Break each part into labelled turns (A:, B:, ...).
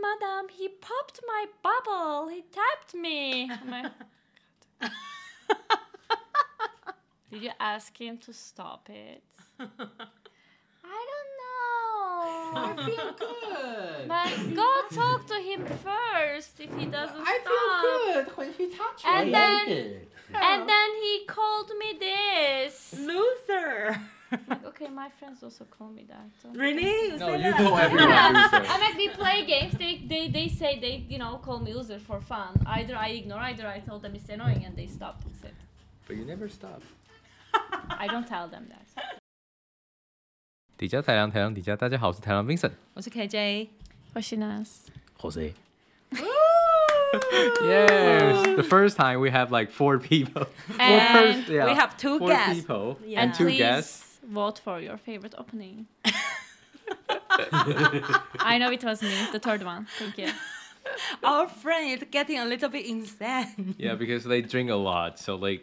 A: madam, he popped my bubble. He tapped me. I'm like, Did you ask him to stop it? I don't
B: I
A: know.
B: feel good.
A: But go talk to him first if he doesn't
B: I
A: stop.
B: feel good when he touched
A: And
B: me.
A: then-
C: it.
A: And then he called me this.
D: Loser.
A: Okay, my friends also call me that. so-
D: really? You
C: No,
D: say
C: you
D: that?
C: go everywhere.
A: Yeah.
C: Loser.
A: I mean, we play games. They, they they say they you know call me loser for fun. Either I ignore, either I told them it's annoying, and they stop. That's it.
C: But you never stop.
A: I don't tell them that.
C: 底加台郎，台郎底加，大家好，我是台郎 Vincent。
D: 我是 KJ。
A: Hoshinas.
C: Jose. Yes, the first time we have like four people.
A: And
C: first, yeah,
D: we have two
C: four
D: guests.
C: people
D: Yeah.
C: and two
A: please
C: guests.
A: vote for your favorite opening. I know it was me, the third one. Thank you.
D: Our friend is getting a little bit insane.
C: Yeah, because they drink a lot, so like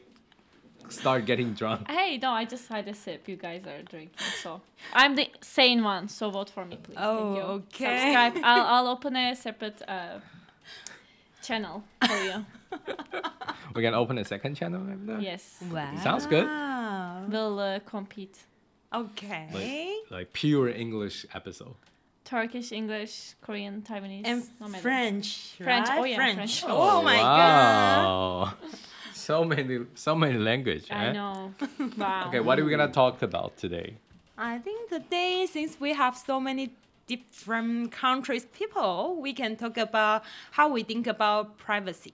C: start getting drunk.
A: Hey, no, I just had a sip. You guys are drinking, so I'm the sane one. So vote for me, please. Thank you.
D: Oh, okay.
A: Subscribe. I'll I'll open a separate uh, channel for you.
C: We're gonna open a second channel. Right now?
A: Yes,
D: Wow.
C: Sounds good.
A: we'll uh, compete.
D: Okay.
C: Like pure English episode.
A: Turkish, English, Korean, Taiwanese,
D: and
A: no matter.
D: French.
A: French,
D: right?
A: oh yeah, French.
D: Oh, my god.
C: wow. god. So many, so many language. eh?
A: I know. Wow.
C: Okay, what are we gonna talk about today?
D: I think today, since we have so many different countries people, we can talk about how we think about privacy.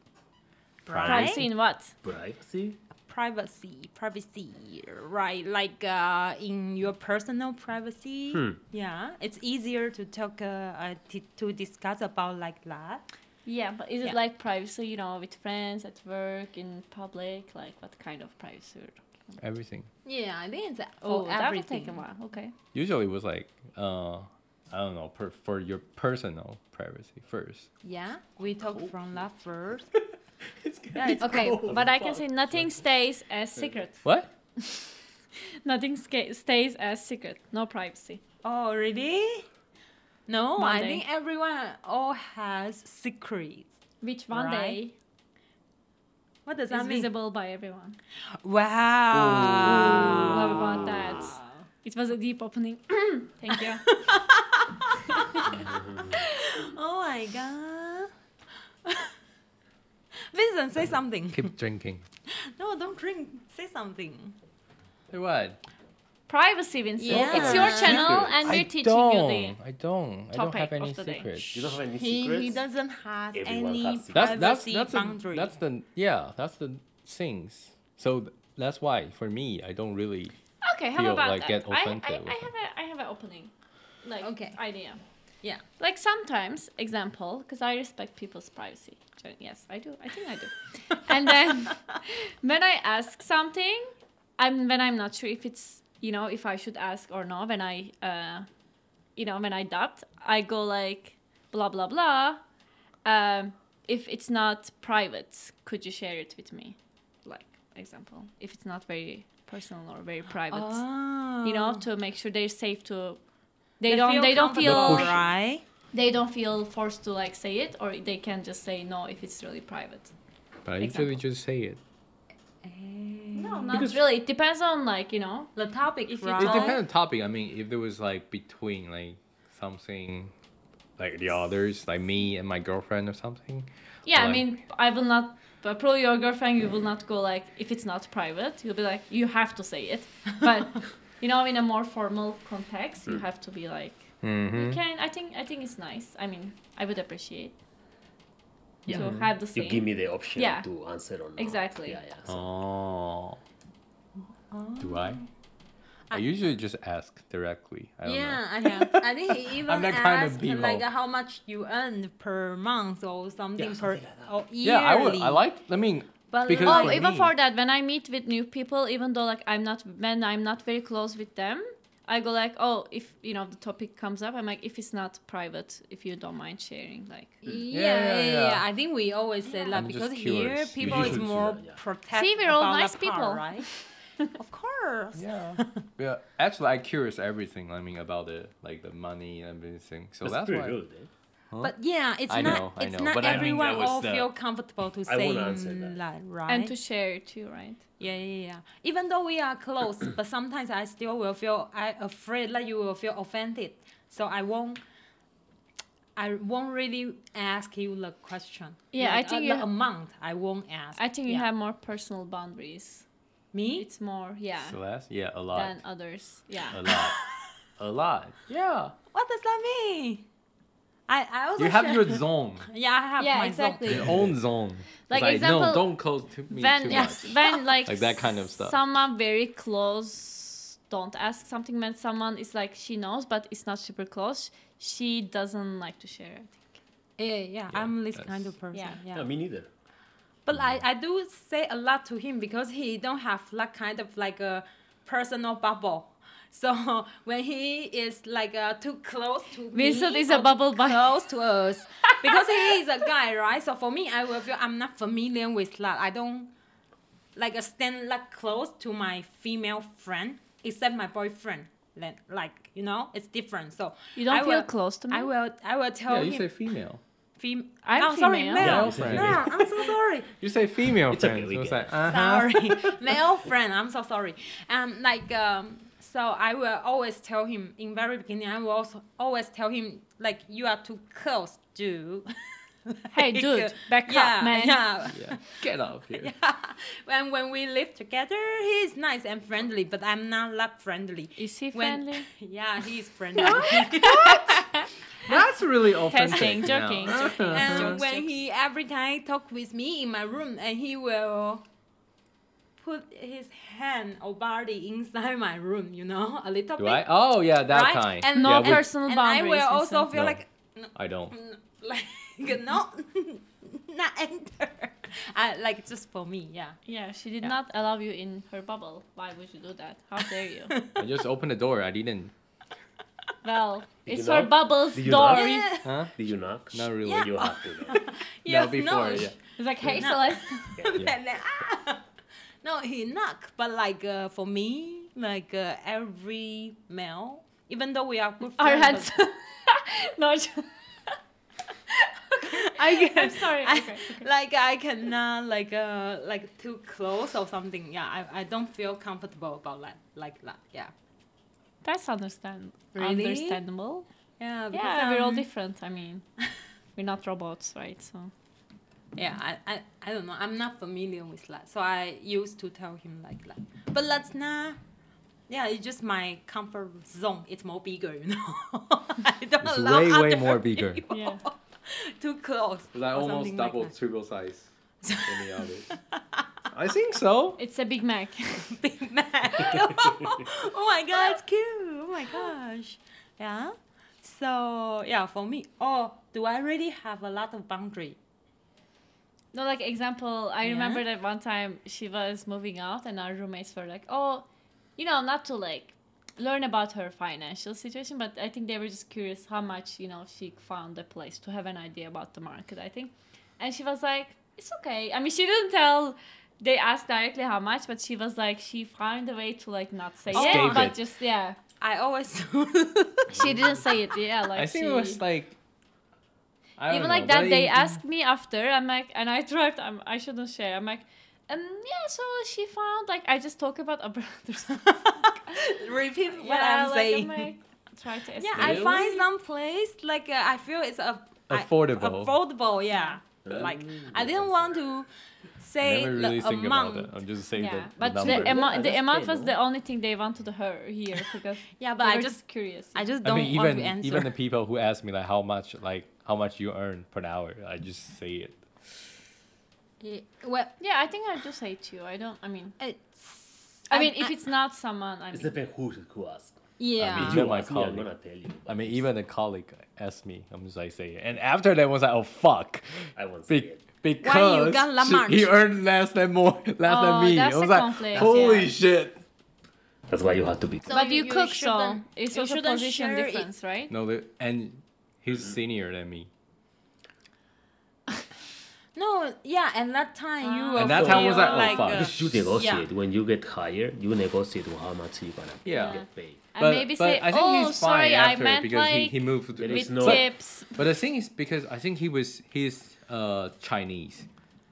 A: Privacy in what?
C: Privacy.
D: Privacy, privacy, right? Like uh, in your personal privacy. Yeah, it's easier to talk uh, uh, t- to discuss about like that.
A: Yeah, but is it
D: Yeah.
A: like privacy? You know, with friends, at work, in public? Like what kind of privacy? we're talking about?
C: Everything.
D: Yeah, I think it's
A: Oh,
D: all
A: that will
D: everything.
A: take a while. Okay.
C: Usually it was like, uh, I don't know, per, for your personal privacy first.
D: Yeah, we talk from that first.
C: yeah,
A: okay, but I can say nothing stays as secret.
C: What?
A: Nothing sca- stays as secret. No privacy.
D: Oh, really? No, I
A: Monday.
D: think everyone all has secrets.
A: Which one
D: Right.
A: day
D: What does
A: is
D: that mean?
A: visible by everyone.
D: Wow.
A: Love about that. It was a deep opening. Thank you.
D: Oh my god. Vincent, say something.
C: Keep drinking.
D: No, don't drink. Say something.
C: Say what?
A: privacy, Vincent.
D: Yeah.
A: It's your
D: Secret.
A: channel, and we're
C: I
A: teaching
C: don't,
A: you
C: I don't. I don't
A: topic
C: have any
A: of the day.
C: secrets.
E: You don't have any
D: He,
E: secrets.
D: he doesn't have
E: Everyone
D: any
E: has secrets.
C: That's that's
D: privacy
C: that's the,
D: boundary.
C: that's the yeah that's the things. So th- that's why for me I don't really.
A: the. Okay, how
C: Feel
A: about
C: like
A: that?
C: get
A: I,
C: offended
A: I,
C: or
A: I have a I have an opening, like
D: Okay.
A: idea.
D: Yeah.
A: Like sometimes, example, because I respect people's privacy. Gen- Yes, I do. I think I do. and then when I ask something, I'm when I'm not sure if it's you know if I should ask or not. When I uh, you know when I doubt, I go like blah blah blah. Um, if it's not private, could you share it with me? Like example, if it's not very personal or very private,
D: Oh.
A: you know, to make sure they're safe to. They,
D: They
A: don't.
D: feel
A: They don't
D: comfortable,
A: feel
D: right.
A: they don't feel forced to like say it or they can just say no if it's really private
C: But I
A: Example.
C: usually just say it.
D: Eh.
A: no not really it depends on like you know
D: The topic,
A: If you
D: right?
C: It depends on topic. I mean, if there was like between like something, like the others, like me and my girlfriend or something.
A: yeah i
C: Like-
A: mean i will not but probably your girlfriend you will not go like if it's not private you'll be like you have to say it but you know in a more formal context
D: Mm.
A: you have to be like
C: Mm-hmm.
A: you can i think i think it's nice i mean i would appreciate
E: Yeah.
A: to have the same
E: You give me the option
A: Yeah.
E: to answer or not.
A: Exactly.
E: Yeah, yeah. So
C: Oh.
A: Oh.
C: Do I? I
D: I-
C: usually just ask directly. I don't know.
D: Yeah, I know. I think he even
C: I'm that
D: asked
C: kind of people.
D: like how much you earn per month or something
E: Yeah,
D: per
E: something like that.
D: or yearly.
C: Yeah, I would. I like. I mean,
D: But
C: because
A: Oh,
C: for
A: even
C: me-
A: for that, when I meet with new people, even though like I'm not when I'm not very close with them, I go like, oh, if you know the topic comes up, I'm like, if it's not private, if you don't mind sharing, like,
D: Yeah,
C: yeah,
D: yeah, yeah,
C: yeah.
D: I think we always say that
C: I'm just
D: because here
C: curious.
D: people
C: You
D: is
C: should
D: more
E: do that, yeah.
D: protective.
A: See, we're all nice people.
D: right? of course.
C: Yeah. yeah. Actually, I curious everything. I mean, about the like the money and everything. So
E: that's
C: that's,
E: pretty
C: why.
E: good. Eh?
D: But yeah, it's
C: I
D: not
C: know, I
D: it's
C: know,
D: not
C: but I think
D: everyone
E: that was
D: all
E: the-
D: feel comfortable to
E: I
D: say
E: wanna answer
D: in
E: that.
D: like right.
A: and to share too, right?
D: yeah, yeah, yeah. Even though we are close, but sometimes I still will feel I afraid like you will feel offended. So I won't I won't really ask you the question.
A: Yeah, I
D: Like, uh,
A: think
D: the
A: you-
D: amount I won't ask.
A: I think you
D: Yeah.
A: have more personal boundaries.
D: me.
A: It's more, yeah,
C: Celeste? Yeah, a lot.
A: than others. Yeah.
C: A lot. a lot. Yeah.
D: What does that mean? I I also
C: You have
D: share-
C: your zone.
D: yeah I have
A: Yeah,
D: my
A: exactly.
C: Your own zone. It's
A: Like
C: Like,
A: example,
C: no, don't close to me
A: When,
C: too
A: yes,
C: much.
A: when like,
C: Like that kind of stuff.
A: Someone very close don't ask something when someone is like she knows but it's not super close. She doesn't like to share. I think.
D: zone. Yeah, yeah, I'm this
C: that's-
D: kind of person.
A: Yeah.
D: yeah.
E: No, me neither.
D: But I, I do say a lot to him because he don't have that kind of like a personal bubble. So when he is like uh, too close to
A: Vincent
D: me
A: is a
D: or
A: bubble bu-
D: close to us because he is a guy, right? So for me, I will feel I'm not familiar with that. I don't like uh, stand that close to my female friend except my boyfriend. Then like you know, it's different. So
A: You don't
D: I
A: feel
D: will-
A: close to me.
D: I will I will tell
C: Yeah, you
D: him.
C: say female.
D: fem-
A: Mm-hmm. I'm
D: oh, sorry,
A: female.
D: male.
E: Yeah,
C: Male friend.
E: you say female.
D: No, I'm so sorry.
C: You say female
E: It's okay,
C: friend.
E: we
C: so it's
E: get
C: like, uh-huh.
D: sorry male friend i'm so sorry um like um so i will always tell him in very beginning i will also always tell him like you are too close to
A: Hey,
D: Like,
A: dude,
D: uh,
A: back
D: yeah,
A: up, man.
D: yeah
C: uh-huh. Yeah. Get up here.
D: when when we live together he's nice and friendly but i'm not that friendly
A: Is he
D: When-
A: friendly?
D: yeah he's friendly
C: That's really offensive.
A: Testing,
C: now. Uh-huh.
A: joking, joking.
D: and
A: Jokes,
D: when
A: jokes.
D: he every time talk with me in my room and he will put his hand or body inside my room you know a little
C: Do
D: bit
C: I? Oh, yeah, that
D: right?
C: kind.
D: And
A: No
C: yeah, we-
A: personal
D: and I
A: boundaries.
D: will also
A: Vincent.
D: feel
C: No.
D: like
C: I don't.
D: n- like no not enter. I, like just for me, yeah.
A: Yeah, she did
D: Yeah.
A: not allow you in her bubble. Why would you do that? How dare you?
C: I just opened the door. I didn't.
A: well,
E: Did
A: it's
E: you
A: her
E: not?
A: bubble's
E: Did you
A: door.
E: not?
D: Yeah,
C: Huh?
E: Did you knock?
C: Not really.
D: Yeah.
E: You have to knock.
D: yeah,
C: no, before. Yeah.
A: It's like, hey,
D: No.
A: Celeste.
D: Then, like, ah. No, he knock, but like uh, for me, like uh, every male, even though we are good
A: Our
D: friends,
A: hands. no, j-
D: I get,
A: I'm sorry.
D: I-
A: Okay, okay.
D: Like I cannot like uh like too close or something. Yeah, I, I don't feel comfortable about that like that. Yeah.
A: that's understand-
D: Really?
A: understandable.
D: Yeah. Because,
A: Yeah, we're all
D: um,
A: different. I mean, we're not robots, right? So
D: Yeah, I, I, I don't know. I'm not familiar with that. So I used to tell him like that. But that's not. Yeah, it's just my comfort zone. It's more bigger, you know. I don't
C: It's
D: allow
C: way, way
D: other
C: more bigger.
D: people
A: Yeah.
D: Too close.
C: Like
D: or
C: almost
D: something
C: double,
D: Like
C: triple size. than the others. I think so.
A: it's a Big Mac.
D: that. Big Mac. oh my god, it's cute. Oh my gosh. Yeah. So yeah, for me. Oh, do I really have a lot of boundary?
A: no, like example, I remember
D: Yeah.
A: that one time she was moving out, and our roommates were like, "Oh, you know, not to like learn about her financial situation, but I think they were just curious how much you know she found a place to have an idea about the market. I think, and she was like, "It's okay." I mean, she didn't tell. They asked directly how much, but she was like, she found a way to like not say
C: Escape
A: it, but
C: it.
A: just yeah,
D: I always.
A: she didn't say it. Yeah, like
C: I think
A: she,
C: it was like. I
A: even
C: don't
A: like
C: know,
A: that
C: but
A: they
C: it-
A: asked me after i'm like and i tried I'm, i shouldn't share i'm like um yeah so she found like i just talk about abroad or something
D: Repeat what
A: yeah,
D: I'm
A: like,
D: saying.
A: I'm like, try to escape.
D: Yeah, I
C: Really?
D: find some place like uh, I feel it's a
C: Affordable.
D: affordable, yeah. Like
E: Mm.
D: I didn't want to say
C: never really
D: the
C: think about
D: amount.
C: that. I'm just saying
A: yeah,
C: that.
A: but the,
C: number.
A: amount
E: Yeah,
A: the
E: that's
A: amount
E: fair,
A: was
E: no?
A: the only thing they wanted to her here because
D: Yeah, but
A: they
D: I
A: were
D: just
A: curious.
D: I just
C: I
D: don't
C: mean,
D: want
C: even
D: to answer.
C: even the people who ask me like how much like how much you earn per hour, I just say it.
D: Yeah, well,
A: yeah, I think I do say to you. I don't. I mean,
D: it's.
A: I mean, if it's not someone, I
E: It
A: mean,
E: depends who, who asks.
D: yeah,
C: mean,
E: You
C: my
E: ask me, I'm
C: colleague.
E: gonna tell you.
C: I mean, even a colleague asked me. I'm just like say it, and after that was like, oh fuck,
E: I won't say
C: Be-
E: it.
C: because
D: got that
C: she-
D: much?
C: he earned less than more less
A: Oh,
C: than me.
A: that's
C: I was
A: a
C: like,
A: conflict,
C: holy
A: yeah.
C: shit.
E: That's why you have to be.
D: So
A: but you, cook, so
D: shouldn't-
A: it's
D: you
A: also
D: shouldn't
A: position
D: share it.
A: difference, right?
C: No, the, and he's senior than me.
D: No, yeah, and that time you
A: Ah.
D: were
C: And that time was
D: feel
C: like, oh, fuck.
D: uh,
E: Because you negotiate. When you get hired, you negotiate how much you're gonna
C: Yeah.
E: get paid.
A: And maybe say,
C: I think
A: oh,
C: he's fine
A: sorry, I
C: after
A: meant
C: because
A: like
C: he, he moved.
E: There
A: with
E: is no-
A: tips.
C: But the thing is, because I think he was he's uh Chinese,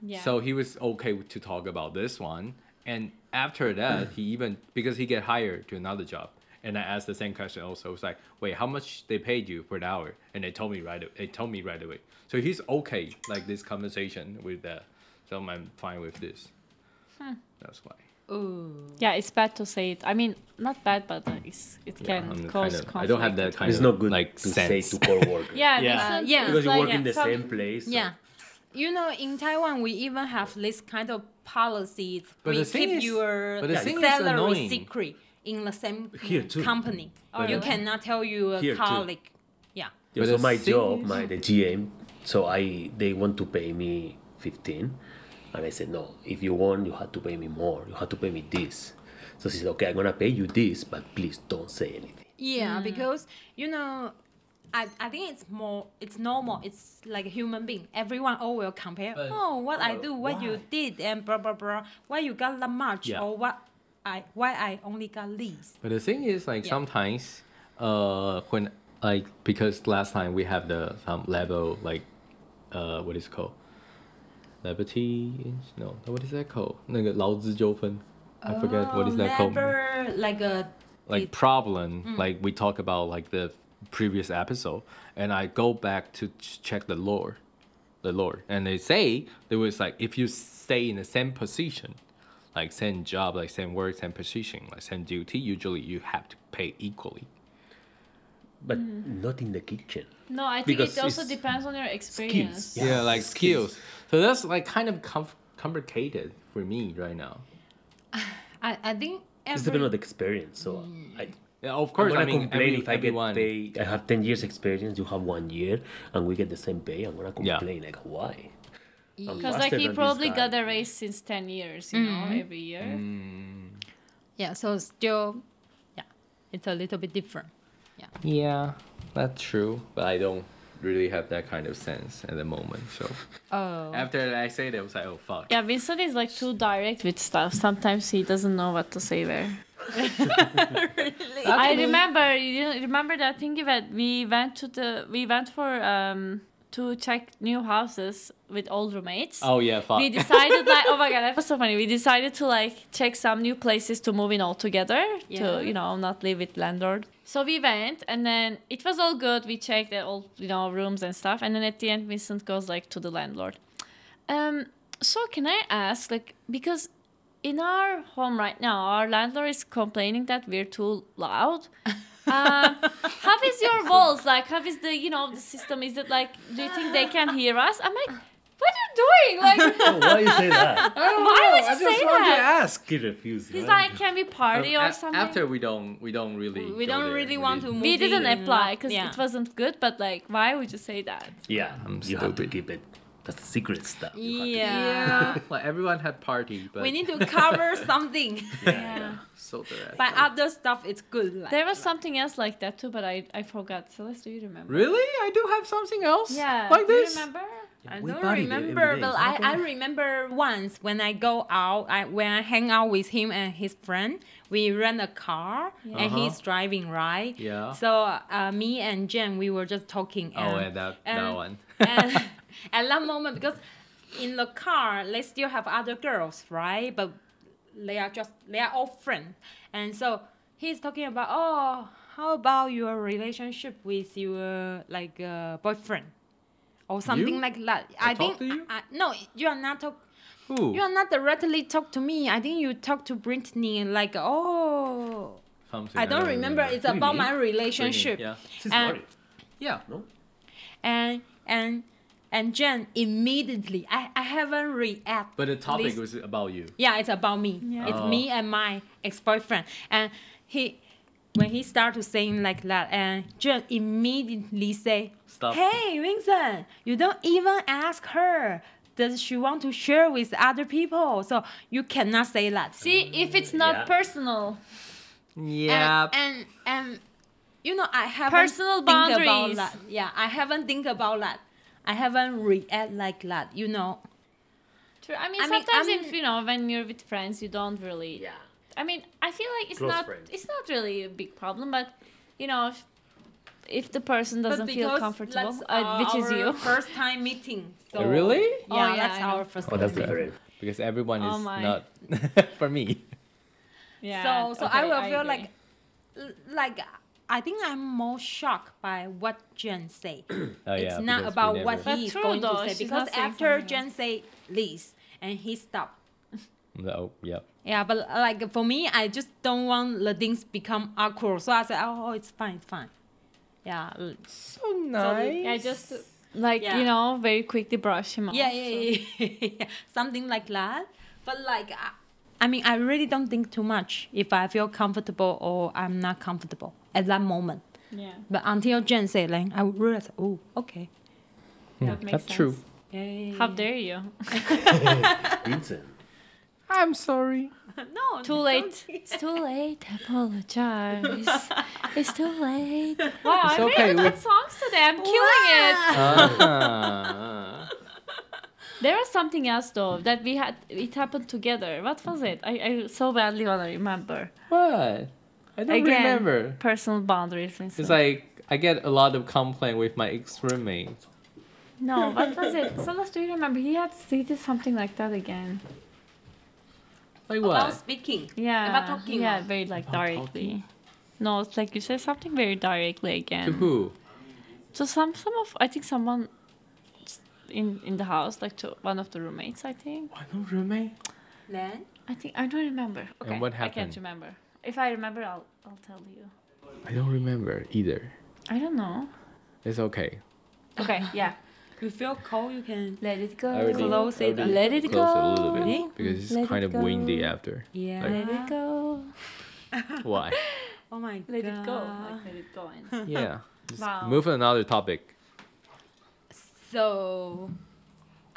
A: Yeah.
C: so he was okay with- to talk about this one. And after that, he even because he get hired to another job, and I asked the same question also. It's like, wait, how much they paid you for the hour? And they told me right. They told me right away. So he's okay like this conversation with that. So I'm fine with this.
A: Hmm.
C: That's why.
D: Ooh.
A: yeah, it's bad to say it. I mean, not bad, but like, it's, it
C: Yeah,
A: can
C: I'm kind
A: cause
C: of-
A: conflict.
C: I don't have that kind
E: It's
C: of
E: not good
C: like
E: to
C: sense.
E: say to co-worker.
A: Yeah,
C: Yeah.
A: yeah.
D: Yeah.
E: Because you
A: like,
E: work in the
A: some-
E: same place. so-
D: Yeah. You know, in Taiwan, we even have this kind of policies.
C: But
D: we
C: the thing
D: keep
C: is-
D: your
C: but the thing is
D: salary
C: annoying.
D: secret in the same
E: Here too.
D: company.
A: But
D: you
A: the-
D: cannot tell your
E: Here too.
D: colleague. Yeah.
E: Yeah,
C: But
E: so
C: the
E: my
C: thing
E: job,
C: is-
E: my the GM, so I they want to pay me fifteen, and I said no. If you want, you have to pay me more. You have to pay me this. So she said, okay, I'm gonna pay you this, but please don't say anything.
D: Yeah, because you know, I, I think it's more it's normal. It's like a human being. Everyone all will compare.
C: But-
D: oh, what I
E: but
D: do, what you
E: why?
D: did, and blah blah blah. Why you got that much,
C: Yeah.
D: or what I why I only got this.
C: But the thing is, like
D: Yeah.
C: sometimes, uh, when like because last time we have the some level like, uh, what is it called? Liberty? No, what is that called? 那个劳资纠纷. I forget what is
D: Oh,
C: that called.
D: Never like a
C: Like problem, like we talk about like the previous episode, and I go back to ch- check the lore, the lore, and they say there was like if you stay in the same position, like same job, like same work, same position, like same duty, usually you have to pay equally.
E: But
A: Mm.
E: not in the kitchen.
A: No, I think
E: Because
A: it also
E: it's
A: depends on your experience.
E: Yeah,
C: Yeah, like
E: skills.
C: skills. So that's like kind of com- complicated for me right now.
D: I, I think
E: It's
D: every,
E: depends on the experience. So
A: Mm.
E: I.
C: Yeah, of
E: I'm
C: course.
E: gonna
C: I mean,
E: complain
C: every,
E: if I get
C: everyone.
E: paid. I have ten years experience. You have one year, and we get the same pay. I'm gonna
C: Yeah.
E: complain like why? I'm
A: Because like
E: faster
A: he
E: than this
A: probably
E: guy.
A: got a raise since ten years, you know, every year.
D: yeah, so still yeah, it's a little bit different.
C: Yeah, that's true. But I don't really have that kind of sense at the moment. So
D: Oh
C: after I say that, I was like, oh fuck.
A: Yeah, Vincent is like too direct with stuff. Sometimes he doesn't know what to say where. I remember you remember that thing that we went to the we went for um to check new houses with old roommates.
C: Oh yeah, fuck.
A: We decided like oh my god, that was so funny. We decided to like check some new places to move in all together
D: Yeah.
A: to you know not live with landlord. So we went and then it was all good. We checked the all you know rooms and stuff, and then at the end Vincent goes like to the landlord. Um, so can I ask like because in our home right now our landlord is complaining that we're too loud. Uh, how is your walls like? How is the you know the system? Is it like do you think they can hear us? I'm like, what are you doing? Like
E: Oh, why you say that?
A: why would you say that?
E: Ask. He refused.
A: He's
E: right?
A: like, can we party
C: A-
A: or something?
C: After we don't, we don't really.
D: we
C: go
D: don't
C: there.
D: really want to move
A: we didn't
D: in.
A: apply because
D: Yeah.
A: it wasn't good, but like, why would you say that?
E: Yeah,
C: I'm
E: you have to
C: stupid.
E: keep it. That's secret stuff. You have to keep-
D: yeah.
C: like everyone had party, but
D: we need to cover something.
C: so direct.
D: But other stuff, it's good. Like,
A: There was something else like that too, but I, I forgot. Celeste, do you remember?
C: Really, I do have something else.
A: Yeah.
C: like
A: do
C: this.
A: you remember?
D: I
E: We
D: don't
E: partied every
D: remember,
E: day,
D: but
E: it's
D: I,
E: not
D: I
E: bad.
D: remember once when I go out, I when I hang out with him and his friend, we rent a car and
C: Uh-huh.
D: he's driving, right?
C: Yeah.
D: So uh, me and Jen, we were just talking.
C: Oh, and that that
D: and-
C: one.
D: and at that moment, because in the car, they still have other girls, right? But they are just, they are all friends. And so he's talking about, oh, how about your relationship with your, like, uh, boyfriend? Or something
C: You?
D: like that.
C: I
D: I, think,
C: talked to you?
D: I, no, you are not talk.
C: Who?
D: You are not directly talk to me. I think you talk to Brittany and like, oh,
C: Something
D: I don't remember. It's
E: Brittany?
D: about my
C: Brittany,
D: relationship.
C: Yeah.
E: She's
D: And-
E: married.
C: Yeah.
E: No.
D: and and and Jen immediately I, I haven't react
C: But the topic
D: least-
C: was about you.
D: yeah it's about me it's
C: Oh.
D: me and my ex-boyfriend and he when he started saying like that and Jen immediately say
C: Stop.
D: hey Vincent you don't even ask her does she want to share with other people so you cannot say that
A: See, if it's not
E: Yeah.
A: personal,
C: Yeah.
D: and and, and you know I haven't
A: Personal
D: think about
A: boundaries.
D: that. Yeah, I haven't think about that. I haven't react like that. You know,
A: True. I mean,
D: I mean,
A: sometimes
D: I'm-
A: if you know when you're with friends, you don't really.
E: Yeah.
A: I mean, I feel like it's
E: Close
A: not
E: friends.
A: it's not really a big problem, but you know, if, if the person doesn't feel
D: because
A: comfortable,
D: that's,
A: uh, which is
D: our
A: you.
D: First time meeting. So
C: really?
A: Oh,
D: Yeah,
A: yeah,
D: that's
A: I know.
D: our first.
E: Oh, that's
D: time meeting.
E: different.
C: Because everyone
A: Oh
C: is
A: my.
C: not for me.
A: Yeah.
D: so so I
A: okay,
D: will feel
A: agree.
D: like l- like I think I'm more shocked by what Jen say.
C: Oh,
D: it's
C: yeah, because
D: not
C: we
D: about what
C: never-
A: But
D: he's
A: true,
D: going
A: though,
D: to say
A: she's
D: because
A: not saying
D: after
A: something
D: Jen say lease and he stopped.
C: No, oh, yep.
D: Yeah, but uh, like for me, I just don't want the things become awkward. So I said, oh, it's fine, it's fine. Yeah, l-
C: So nice.
A: yeah, just like
D: Yeah.
A: you know, very quickly brush him off.
D: yeah,
A: so.
D: yeah, yeah, yeah. something like that. But like, I, I mean, I really don't think too much if I feel comfortable or I'm not comfortable at that moment.
A: yeah.
D: But until Jen said, like, I realized, oh, okay.
A: that makes
C: That's
A: sense.
C: true.
D: Yeah, yeah, yeah.
A: How dare you?
E: Vincent.
C: I'm sorry.
D: no,
A: Too late. it's too late. Apologize. it's too late. Wow,
C: It's
A: I really
C: okay,
A: good
C: we-
A: at songs today. I'm killing it.
C: Ah.
A: There was something else though that we had. It happened together. What was it? I, I so badly want to remember.
C: what? I don't
A: Again.
C: remember.
A: Personal boundaries. Vincent.
C: It's like I get a lot of complaint with my ex roommates.
A: no. What was it? Solas, do you remember? He had. He did something like that again.
C: Like
D: About
C: what?
D: speaking.
A: Yeah.
D: About talking,
A: Yeah,
D: or-
A: very like
C: About
A: directly.
C: talking?
A: No, it's like you said something very directly
C: To
A: again.
C: who?
A: So some some of I think someone in in the house like to one of the roommates I think
C: One of Oh, roommate?
D: Then
A: I think I don't remember.
C: And
A: Okay,
C: what
A: I
C: happened?
A: can't remember. If I remember, I'll I'll tell you.
C: I don't remember either.
A: I don't know.
C: It's okay.
A: Okay. Yeah.
D: you feel cold, you can.
A: Let Oh, it go.
C: I already-
D: Close it,
C: I already
A: let it
C: closed
A: go.
C: a little bit
D: Eh?
C: because it's
A: Let it
C: kind of windy
A: go.
C: after.
D: Yeah.
A: Let it go.
C: Why?
D: Oh my
A: Let
D: god.
A: it go. Like, let it go. And
C: yeah. Just
A: Wow.
C: Move on another topic.
D: So,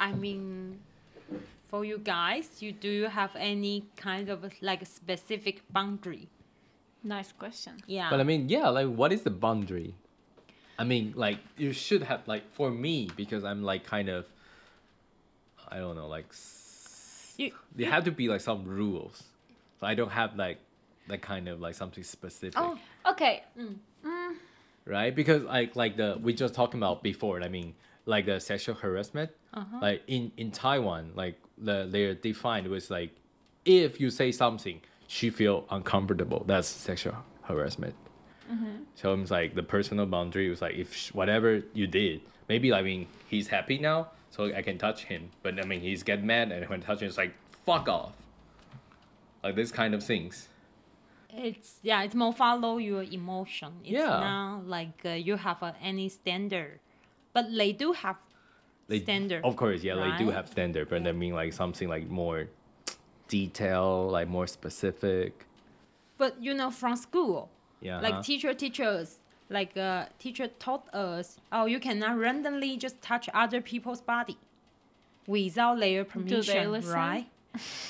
D: I mean, for you guys, you do you have any kind of like specific boundary?
A: nice question.
D: Yeah.
C: But I mean, yeah, like what is the boundary? I mean, like you should have like for me because I'm like kind of I don't know, like s-
A: You-
C: there have to be like some rules. So I don't have like that kind of like something specific,
D: Oh.
A: Okay.
C: right? Because like like the we just talking about before. I mean, like the sexual harassment, like in in Taiwan, like the they're defined with like if you say something, she feel uncomfortable. That's sexual harassment. So it's like the personal boundary was like if sh- whatever you did, maybe I mean he's happy now, so I can touch him. But I mean he's get mad and when touching it's like fuck off. Like this kind of things.
D: it's yeah, it's more follow your emotion. It's
C: Yeah.
D: not like uh, you have uh, any standard, but they do have
C: They,
D: standard.
C: Of course, yeah, they do
D: right?
C: have standard, but I mean like something like more detail, like more specific.
D: But you know, from school,
C: Yeah.
D: like
C: uh-huh.
D: teacher teachers like uh, teacher taught us oh you cannot randomly just touch other people's body without their permission
A: listen?
D: right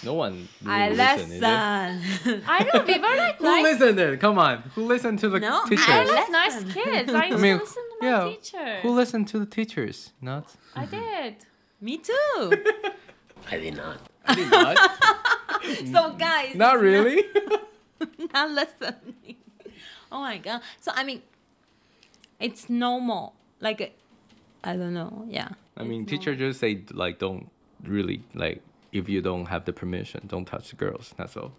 C: no one really
D: i
C: listen, is it?
D: listen
A: I know we were like
C: Who
A: nice.
C: listened then? Come on. Who listened to the
D: No, I
C: teachers?
A: I
D: listen?
A: was nice kids. I used
C: mean,
A: to listen to my
C: yeah,
A: teacher.
C: Who listened to the teachers? Not.
A: I did.
D: me too
E: I did not.
C: not.
D: so guys
C: not
D: it's
C: really.
D: not listening oh my god so i mean it's normal like uh, i don't know yeah
C: I mean, teacher just say like don't really like if you don't have the permission, don't touch the girls. That's all.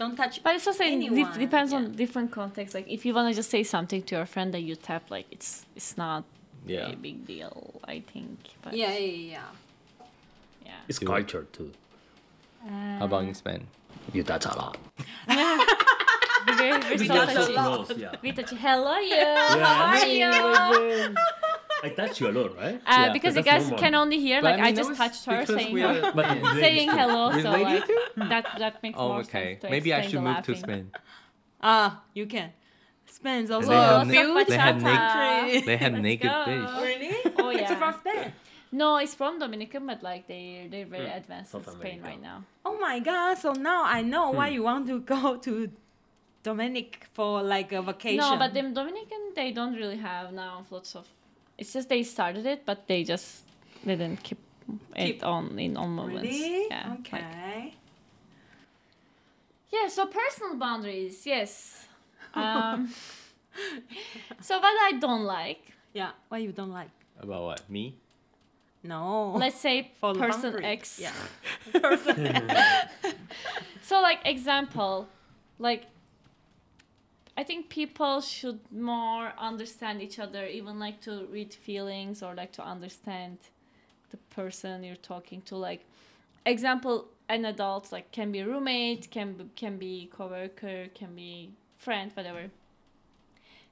D: don't touch
A: But it's also it
D: Anyone,
A: de- depends
D: yeah.
A: on different context. Like if you want to just say something to your friend that you tap, like it's it's not
C: Yeah.
A: a big deal. I think. But
D: yeah yeah yeah
A: Yeah.
E: It's
C: Yeah.
E: culture too.
D: Uh,
C: How about in Spain?
E: You touch a lot.
A: We're very- we're so
D: touch a
A: touchy.
D: lot.
E: yeah.
A: We touch. Hello, you.
E: Yeah.
A: How are you?
E: I touch you a lot, right?
A: Uh,
E: Yeah,
A: because
E: but
A: you guys
E: that's normal.
A: can only hear,
C: But
A: like I,
C: mean, that
A: just
C: was
A: touched her
C: because
A: saying
C: we
A: hello,
C: are-
E: But in
A: saying hello. So
C: Related
A: like, that that makes
C: Oh,
A: more
C: okay.
A: sense. To
C: Maybe I
A: explain
C: should
A: the
C: move to
A: laughing.
C: Spain.
D: ah you can Spain is also
C: they
D: a
C: have na-
D: few
C: they have
A: na-
D: country.
C: They had
A: Let's
C: naked
A: go.
C: fish.
D: Really?
A: Oh,
D: It's
A: yeah.
D: from Spain.
A: No, it's from Dominican, but like they they're very
C: Hmm.
A: advanced in
E: South
A: Spain
E: America.
A: right now.
D: Oh my god! So now I know
C: Hmm.
D: why you want to go to Dominic for like a vacation.
A: No, but them Dominican they don't really have now lots of. It's just they started it, but they just they didn't keep it on in all moments.
D: Really?
A: Yeah. like-
D: okay.
A: yeah. So personal boundaries, yes. Um, so what I don't like,
D: yeah. What you don't like?
C: About what? Me?
D: No.
A: let's say
D: For
A: person
D: laundry.
A: X.
D: Oh. Yeah. person X.
A: So like example, like I think people should more understand each other, even like to read feelings or like to understand the person you're talking to. Like example, an adult like can be roommate, can be, can be coworker, can be friend, whatever.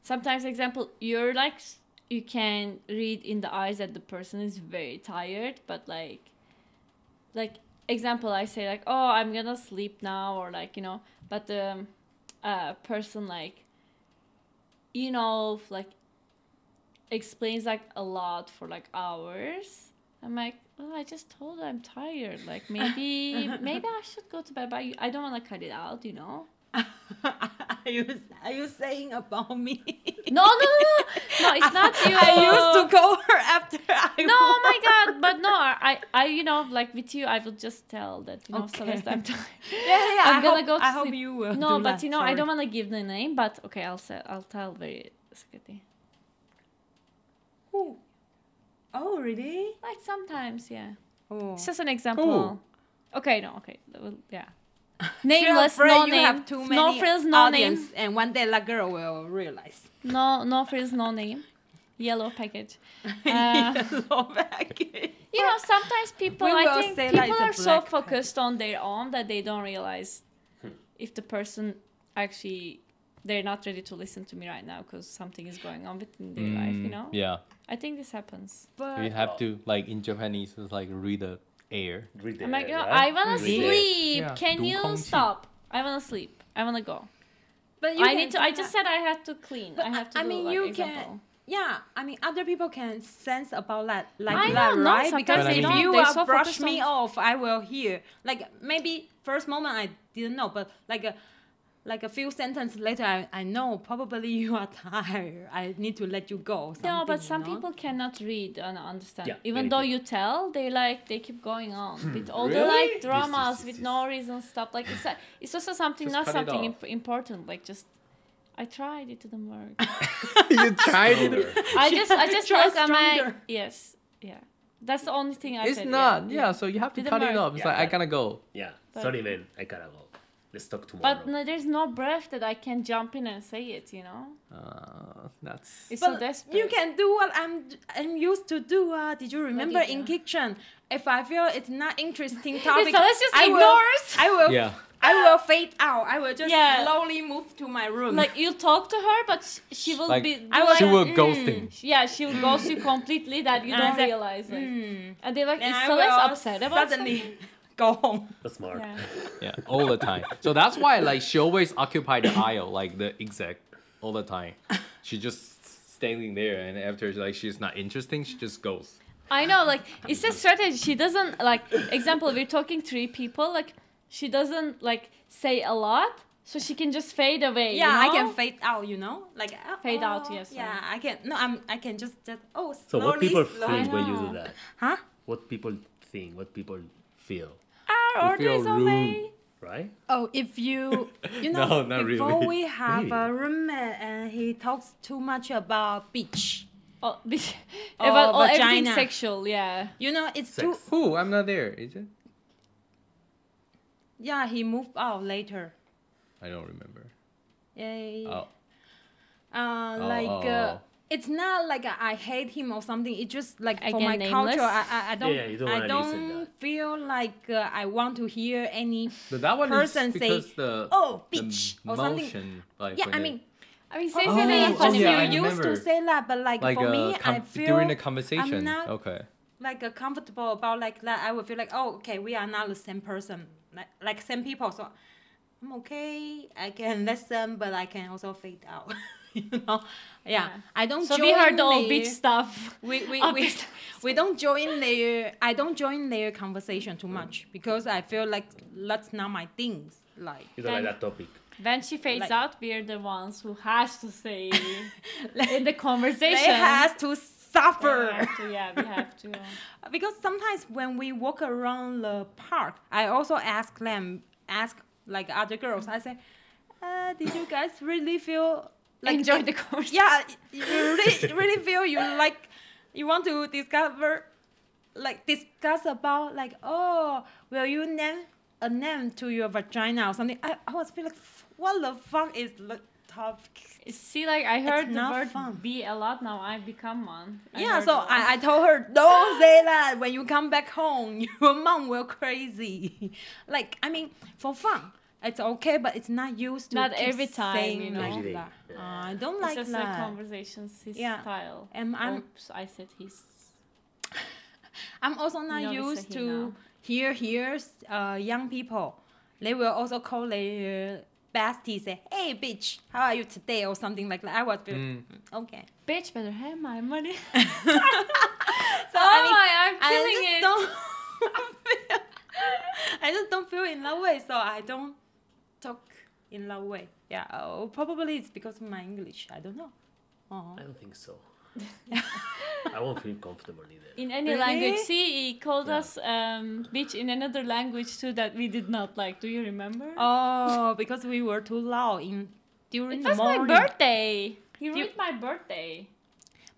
A: Sometimes example, you're like s- you can read in the eyes that the person is very tired, but like like example i say like oh i'm gonna sleep now or like you know but the uh, person like you know like explains like a lot for like hours i'm like well i just told her i'm tired like maybe maybe i should go to bed but i don't want to cut it out you know
D: are you are you saying about me?
A: no no no no, no it's not you
D: I used to call her after I.
A: no oh my god but no i i you know like with you i will just tell that you know
D: Okay.
A: Celeste, i'm tired
D: Yeah, yeah.
A: I'm
D: I
A: gonna
D: hope,
A: go to
D: I hope
A: sleep.
D: you will.
A: No,
D: do
A: but
D: that,
A: you know, I
D: sorry.
A: don't want to give the name, but okay, I'll say, I'll tell very secretly.
D: Who? Oh, really?
A: Like sometimes, yeah.
D: Oh.
A: It's just an example. Okay, no, okay, that will- yeah. Nameless,
D: Nameless,
A: no
D: you
A: name,
D: have too many
A: no frills, no
D: audience,
A: name,
D: and one day that girl will realize.
A: no, no frills, no name. Yellow package. Uh,
D: Yellow package.
A: you know, sometimes people,
D: We
A: I
D: will
A: think
D: say,
A: people
D: like, it's a
A: are so
D: black
A: focused on their own that they don't realize if the person actually they're not ready to listen to me right now because something is going on within their life. You know,
C: Mm, Yeah.
A: I think this happens.
C: You have to like in Japanese it's like read the air.
E: Read the
A: I'm like,
E: air,
A: no, Oh I
E: right?
A: wanna
E: Read the air.
A: sleep.
C: Yeah.
A: Can
C: Do
A: you
C: kong chi.
A: stop? I wanna sleep. I wanna go.
D: But
A: I need to. I just said I had to clean. I have to.
D: I
A: do,
D: mean,
A: like,
D: you
A: example.
D: can. Yeah, I mean, other people can sense about that, like
A: I
D: that,
A: don't know,
D: right?
A: sometimes
D: Because
C: they
D: if
C: don't.
D: you
A: They're
D: uh,
A: so
D: brush
A: focused
D: me
A: on-
D: off, I will hear. Like maybe first moment I didn't know, but like a, like a few sentences later, I, I know probably you are tired. I need to let you go.
A: No,
D: something,
A: but some
D: you know?
A: people cannot read and understand.
E: Yeah,
A: Even
E: very
A: though
E: good.
A: you tell, they like they keep going on with all the
C: Hmm, Really?
A: like dramas
E: yes,
A: with
E: yes.
A: no reason. Stop. Like it's a, it's also something
C: Just
A: not
C: cut it
A: something
C: off.
A: imp- important. Like just. I tried, it didn't work.
C: you tried
E: Over.
A: I just, I just
D: Try
A: look at my
D: stronger.
A: yes, yeah. That's the only thing I
C: It's
A: said.
C: not.
A: yeah.
C: Yeah, so you have to
A: Didn't
C: cut it
A: work.
C: off. It's
E: Yeah,
C: like I
E: but-
C: gotta go.
E: Yeah.
A: But-
E: Sorry, man. I gotta go. Let's talk tomorrow.
A: But no, there's no breath that I can jump in and say it. You know.
C: Uh, that's
A: It's so
D: But
A: desperate.
D: you can do what I'm I'm used to do. Uh, did you remember
A: you
D: in
A: do?
D: kitchen? If I feel it's not interesting topic,
A: so let's just
D: I will,
A: ignore us.
D: I will
C: Yeah.
D: I will fade out. I will just
A: Yeah.
D: slowly move to my room.
A: like you talk to her, but sh- she will
C: Like,
A: be.
D: I will-
C: she
A: doing-
C: will
D: Mm.
C: ghosting.
A: Yeah, she will ghost you completely that you
D: And I
A: don't
D: said,
A: realize. Like,
D: Hmm.
A: and they're like,
D: Then
A: is
D: I
A: Celeste
D: will
A: upset about
D: suddenly
A: something?"
D: go home.
E: That's smart.
A: Yeah.
C: Yeah, all the time. So that's why like she always occupy the aisle, like the exec, all the time. She just standing there, and after like she's not interesting, she just goes.
A: I know, like it's a strategy. She doesn't like. Example, we're talking three people. Like she doesn't like say a lot, so she can just fade away. you
D: Yeah, I
A: know?
D: can fade out. You know, like uh,
A: Fade out,
D: oh,
A: yes,
D: Yeah,
A: yeah.
D: I can. No, I'm. I can just just oh slowly.
E: So what people
D: slowly.
E: think when you
A: I
E: do that?
D: Huh?
E: What people think? What people feel?
A: Our
C: You feel
A: order is away.
C: rude.
E: Right?
D: Oh, if you, you
C: No,
D: know,
C: not
D: before
C: really.
D: we have
E: Really?
D: a roommate and he talks too much about beach.
A: Oh, about all everything
D: vagina.
A: sexual. Yeah.
D: You know, it's too.
E: Sex.
C: Who? I'm not there, is it?
D: Yeah, he moved out later.
C: I don't remember.
D: Yeah.
C: Oh,
D: Uh,
C: Oh,
D: like
C: oh,
D: uh,
C: oh.
D: it's not like I hate him or something. It's just like for
A: Again,
D: my
A: nameless.
D: culture, I I, I don't
E: Yeah, you don't
D: I
E: wanna
D: don't
E: listen to that.
D: feel like uh, I want to hear any.
C: but that one
D: Person
C: is
D: say,
C: because the
D: "Oh,
C: the
D: bitch," or something.
C: motion, like
D: Yeah,
C: when
D: I
C: they-
D: mean,
A: I mean, say
D: probably
A: something
C: yeah,
A: that's
D: it's
A: just
D: just
C: oh, yeah, I
A: very
D: you used
C: remember.
D: to say that, but like,
C: like
D: for
C: uh,
D: me, I
C: com-
D: feel
C: during a conversation.
D: I'm not
C: okay.
D: like uh, comfortable about like that. I would feel like oh okay, we are not the same person, like like same people. So I'm okay. I can listen, but I can also fade out. you know, yeah.
A: Yeah.
D: I don't.
A: So we heard
D: join
A: all
D: the-
A: bitch stuff.
D: we we,
A: Of
D: we,
A: this-
D: we don't join their I don't join their conversation too
C: Mm.
D: much because I feel like that's not my thing. Like
E: You don't
A: Then-
E: like that topic.
A: When she fades
D: Like-
A: out, we are the ones who has to say in the conversation.
D: they has to
A: We
D: suffer.
A: have to, yeah, we have to.
D: because sometimes when we walk around the park, I also ask them, ask like other girls. I say, uh, "Did you guys really feel like
A: Enjoy the course.
D: Yeah, you really, really feel you like you want to discover, like discuss about like oh, will you name a name to your vagina or something? I, I was feeling like, what the fuck is the topic?
A: See, like I heard the
D: not
A: word
D: fun.
A: "be" a lot now. I become one. I
D: yeah,
A: heard
D: so
A: a lot.
D: I, I told her, don't say that. When you come back home, your mom will crazy. like, I mean, for fun, it's okay, but it's not used to
A: Not
D: keep
A: every time,
D: saying
A: you know.
D: like
E: Every day.
D: that. Uh, I don't
A: It's
D: like
A: just like
D: that.
A: conversations, his
D: Yeah.
A: style.
D: Um, I'm-
A: Oops, I said his.
D: I'm also not
A: Oh. You know,
D: used
A: Lisa
D: to
A: Hina.
D: hear hear uh, young people. They will also call their bestie say, "Hey, bitch, how are you today?" or something like that. I was like,
C: Mm.
D: okay.
A: Bitch, better have my money.
D: So
A: oh
D: I mean,
A: my, I'm
D: I
A: feeling
D: just
A: it.
D: don't. I just don't feel in that way, so I don't talk in that way. Yeah, oh, probably it's because of my English. I don't know. Oh.
E: I don't think so. I won't feel comfortable either.
A: In any
D: Really?
A: language, see, he called
E: Yeah.
A: us um, bitch in another language too that we did not like. Do you remember?
D: oh, because we were too loud in during
A: it
D: the
A: was my
D: morning.
A: birthday. He ruined my birthday.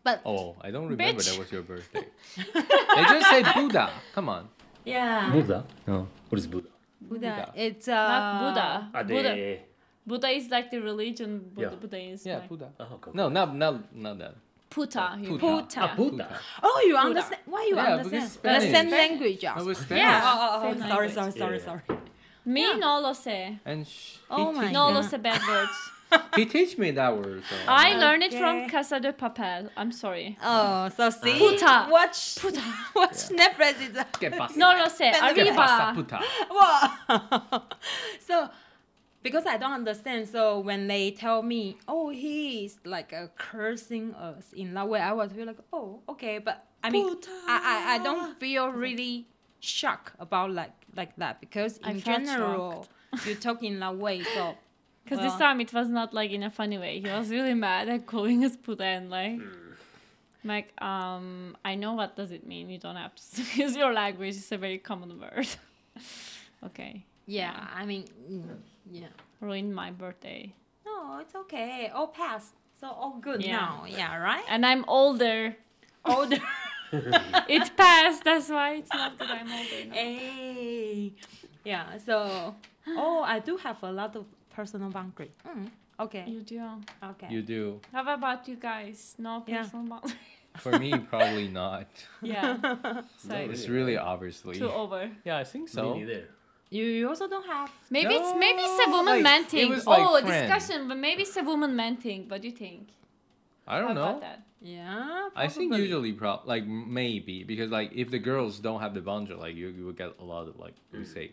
D: But
C: Oh, I don't remember
A: Bitch.
C: that was your birthday. they just say Buddha. Come on.
D: yeah,
E: Buddha?
C: No.
E: What is Buddha?
D: Buddha.
C: Buddha.
D: It's uh,
A: Not Buddha.
E: Are
A: Buddha.
E: they...
A: Buddha is like the religion. Buddha,
E: Yeah.
A: Buddha is
C: Yeah,
A: like
C: Buddha.
E: Oh, okay.
C: No, not not not that.
A: puta. you know.
C: Puta.
E: Ah, Buddha.
D: Oh, you understand? Why you
C: Yeah, because
D: understand?
C: Spanish.
D: The same language. Yeah.
C: That was Spanish.
A: Yeah.
D: Oh, oh, oh,
A: Same
D: sorry,
A: language.
D: sorry, sorry,
E: Yeah.
D: sorry.
A: Me
D: Yeah.
A: no lo sé.
C: And sh-
D: Oh
C: he,
D: my
C: teach
A: No
D: Yeah.
A: lo sé bad words.
C: he teach me that word. So
A: I
D: Okay.
A: learned it from Casa de Papel. I'm sorry.
D: Oh, so see,
A: Puta.
D: watch, watch Netflix. Is
C: ¿Qué pasa?
A: No lo sé.
C: ¿Qué pasa,
A: Arriba.
C: puta?
D: Wow. so, because I don't understand, so when they tell me, oh, he's like uh, cursing us in that way, I was feel like, oh, okay, but I mean, I, I, I don't feel really shocked about like like that because
A: I
D: in
A: felt
D: general you talk in that way, so
A: Because
D: Well.
A: this time it was not like in a funny way. He was really mad at calling us puta and like. I'm Like, um, I know what does it mean. You don't have to use your language. It's a very common word. okay,
D: yeah, I mean, mm, yeah.
A: ruined my birthday,
D: No, it's okay. All passed, so all good
A: Yeah.
D: now. Yeah, right.
A: and I'm older.
D: Older.
A: It passed. That's why it's not that I'm older. now.
D: Hey. Yeah, so oh, I do have a lot of personal boundary. Mm, okay.
A: You do.
D: Okay.
C: You do.
A: How about you guys? No
D: Yeah.
A: personal boundary.
C: For me, probably not.
A: yeah. It's
E: No,
A: like
E: it's-
C: It's really obviously.
A: too over.
C: Yeah, I think
E: Me
C: so.
E: neither.
D: you you also don't have
A: Maybe it's maybe it's a
C: No,
A: woman
C: like,
A: man
C: it
A: thing.
C: was like
A: oh,
C: friend.
A: discussion, but maybe it's a woman man thing. What do you think?
C: I
A: How
C: don't
A: about
C: know.
A: that?
D: yeah.
C: I think
D: probably.
C: usually, pro- like maybe because like if the girls don't have the boundary, like you, you will get a lot of like we
E: Mm.
C: say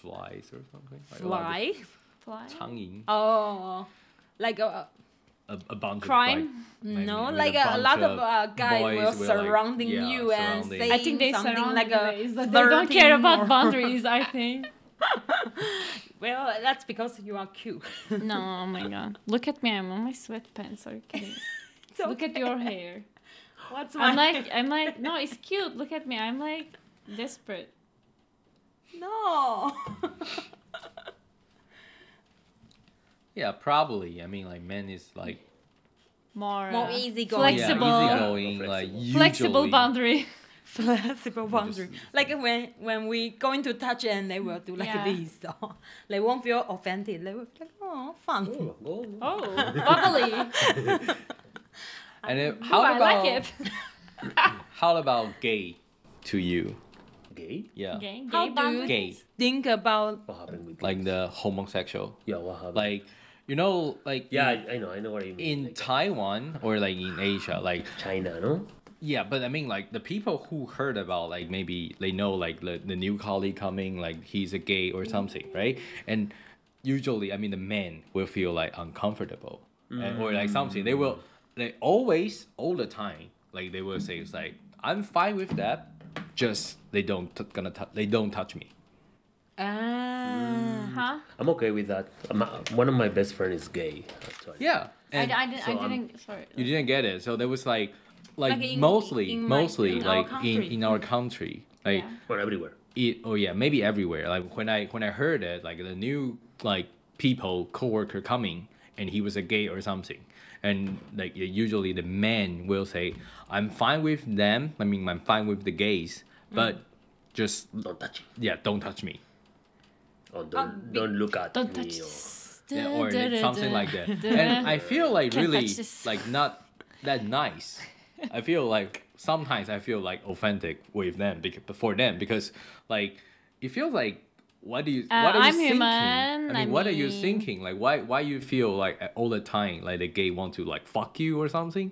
C: flies or something. Like, a lot of
D: Why?
A: Fly?
C: 苍蝇,
D: Oh, like uh,
C: a, a bunch
A: Crime?
C: of like, maybe
D: no,
C: with
D: like a,
C: bunch
D: lot of uh, guys
C: boys
D: will
C: will, like,
D: surrounding
C: yeah,
D: you and
C: surrounding.
D: saying
A: I
C: I
A: think they
D: something
A: surround
D: like a
A: anyways, but they don't care
D: flirting
A: about
D: or-
A: boundaries. I think.
D: Well, that's because you are cute.
A: no, oh my god! Look at me. I'm on my sweatpants. Are you kidding?
D: It's
A: Look at
D: okay.
A: your hair.
D: What's my
A: I'm like, I'm like, no, it's cute. Look at me. I'm like desperate.
D: no.
C: Yeah, probably. I mean, like men is like
A: More,
D: More
A: uh,
D: easygoing.
C: yeah,
A: flexible,
C: easygoing,
E: Yeah,
C: like
E: flexible.
A: flexible
C: usually-
A: boundary.
D: flexible boundary.
C: just-
D: Like when when we going to touch and they will do like
A: Yeah.
D: this. So they won't feel offended. They will be like, oh, fun.
E: Oh, go, go.
A: Oh, bubbly.
C: And then
A: Ooh,
C: how
A: I like
C: about
A: it.
C: how about gay to you?
E: Gay?
C: Yeah,
A: Gay,
D: How
A: gay
D: do
A: boundary.
D: you-
C: gay,
D: Think about
E: What happened with
C: like the
E: this?
C: homosexual,
E: Yeah, what happened?
C: like you know, like
E: yeah,
C: in-
E: I, I know, I know what you mean.
C: in
E: like
C: Taiwan or like in Asia, like
E: China, no?
C: yeah, but I mean like the people who heard about like maybe they know like the, the new colleague coming, like he's a gay or something, right? And usually, I mean the men will feel like uncomfortable and, or like something. They will they always all the time like they will say it's like I'm fine with that, just they don't t- gonna t- they don't touch me.
D: ah.
A: Huh?
E: I'm okay with that. I'm, one of my best friends is gay, actually.
C: Yeah,
A: I,
C: and
A: I, didn't.
E: so
A: I
E: I'm-
A: didn't. Sorry.
C: you didn't get it. So there was like like,
D: Like in-
C: mostly
D: in my-
C: mostly
D: in our
C: like in,
D: country.
C: in our country like
A: Yeah.
E: or everywhere.
C: it oh yeah maybe everywhere like when i when i heard it like the new like people coworker coming and he was a gay or something and like yeah, usually the men will say i'm fine with them i mean i'm fine with the gays but just
E: Don't touch it.
C: yeah don't touch me
E: Or don't, don't look at
A: Oh, Don't
E: me.
A: touch
E: or-
A: this.
C: yeah, or like something like that and i feel like
A: Can't
C: really
A: touch this.
C: like not that nice i feel like sometimes i feel like authentic with them because for them because like it feels like what do you
A: Uh,
C: what are
A: I'm
C: you thinking i
A: human,
C: mean
A: I
C: what are you
A: mean-
C: thinking like why why you feel like all the time like the gay want to like fuck you or something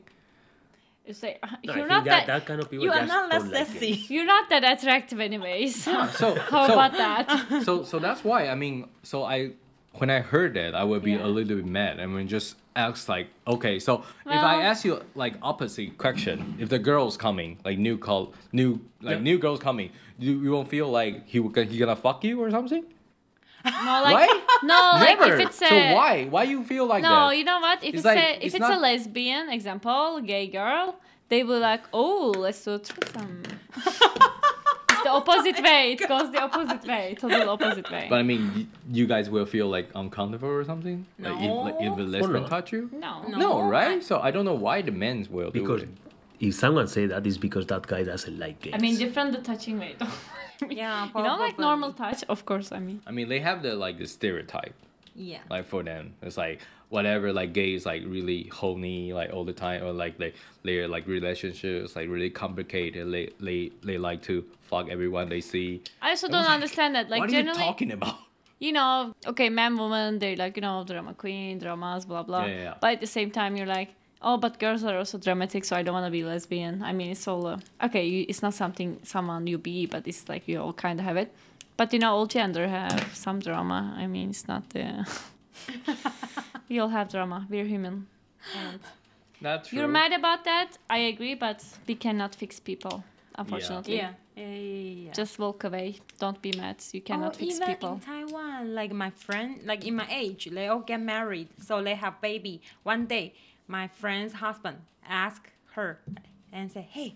A: You say, "Uh,
E: No, I
A: you're
E: think
A: not that,
E: that, kind of people
D: You are
E: just
D: not less
E: don't like it.
D: sexy.
A: you're not that attractive anyways.
C: Yeah, so
A: How
C: so,
A: about that?
C: so so that's why I mean so I when I heard that I would be a little bit mad and mean just ask like okay so if I
A: Well-
C: ask you like opposite question if the girl's coming like new call new like
E: Yeah.
C: new girl's coming you, you won't feel like he would- he gonna fuck you or something
A: No, like
C: Right?
A: no, like
C: never
A: if it's a
C: so why why you feel like
A: no,
C: that
A: you know what? If
C: It's
A: it's,
C: like,
A: a if
C: it's
A: it's,
C: not-
A: a lesbian example, gay girl, they will like, oh, let's do threesome. it's the opposite way. It goes the opposite way, total opposite way.
C: Oh but I mean y- you guys will feel like uncomfortable or something like if like, if
D: No.
C: the lesbian
E: not.
C: touch you
A: no,
D: No.
C: right so I don't know why the men's will do
E: Because
C: it.
E: if someone say that, it's because that guy doesn't like gays.
A: I mean different the touching way. though.
D: Yeah,
A: you know, like
D: probably.
A: normal touch, of course. I mean,
C: I mean they have the like the stereotype
D: Yeah.
C: like for them it's like whatever like gays like really horny like all the time or like they their like relationships like really complicated they they, they like to fuck everyone they see
A: I also
C: I
A: don't
C: was like,
A: understand that. Like
C: what are you
A: generally,
C: talking about
A: you know, okay, man, woman, they're like, you know, drama queen, dramas, blah, blah.
C: Yeah, yeah, yeah.
A: But at the same time, you're like, oh, but girls are also dramatic, so I don't want to be lesbian. I mean, it's all, uh, okay, you, it's not something someone you be, but it's like you all kind of have it. But, you know, all gender have some drama. I mean, it's not the... we all have drama. We're human. And
C: that's true
A: you're mad about that. I agree, but we cannot fix people, unfortunately.
D: Yeah. Yeah, yeah, yeah, yeah.
A: Just walk away. Don't be mad. You cannot
D: or
A: fix
D: even
A: people.
D: in Taiwan, like my friend, like in my age, they all get married, so they have baby. One day, my friend's husband asked her and said, "Hey,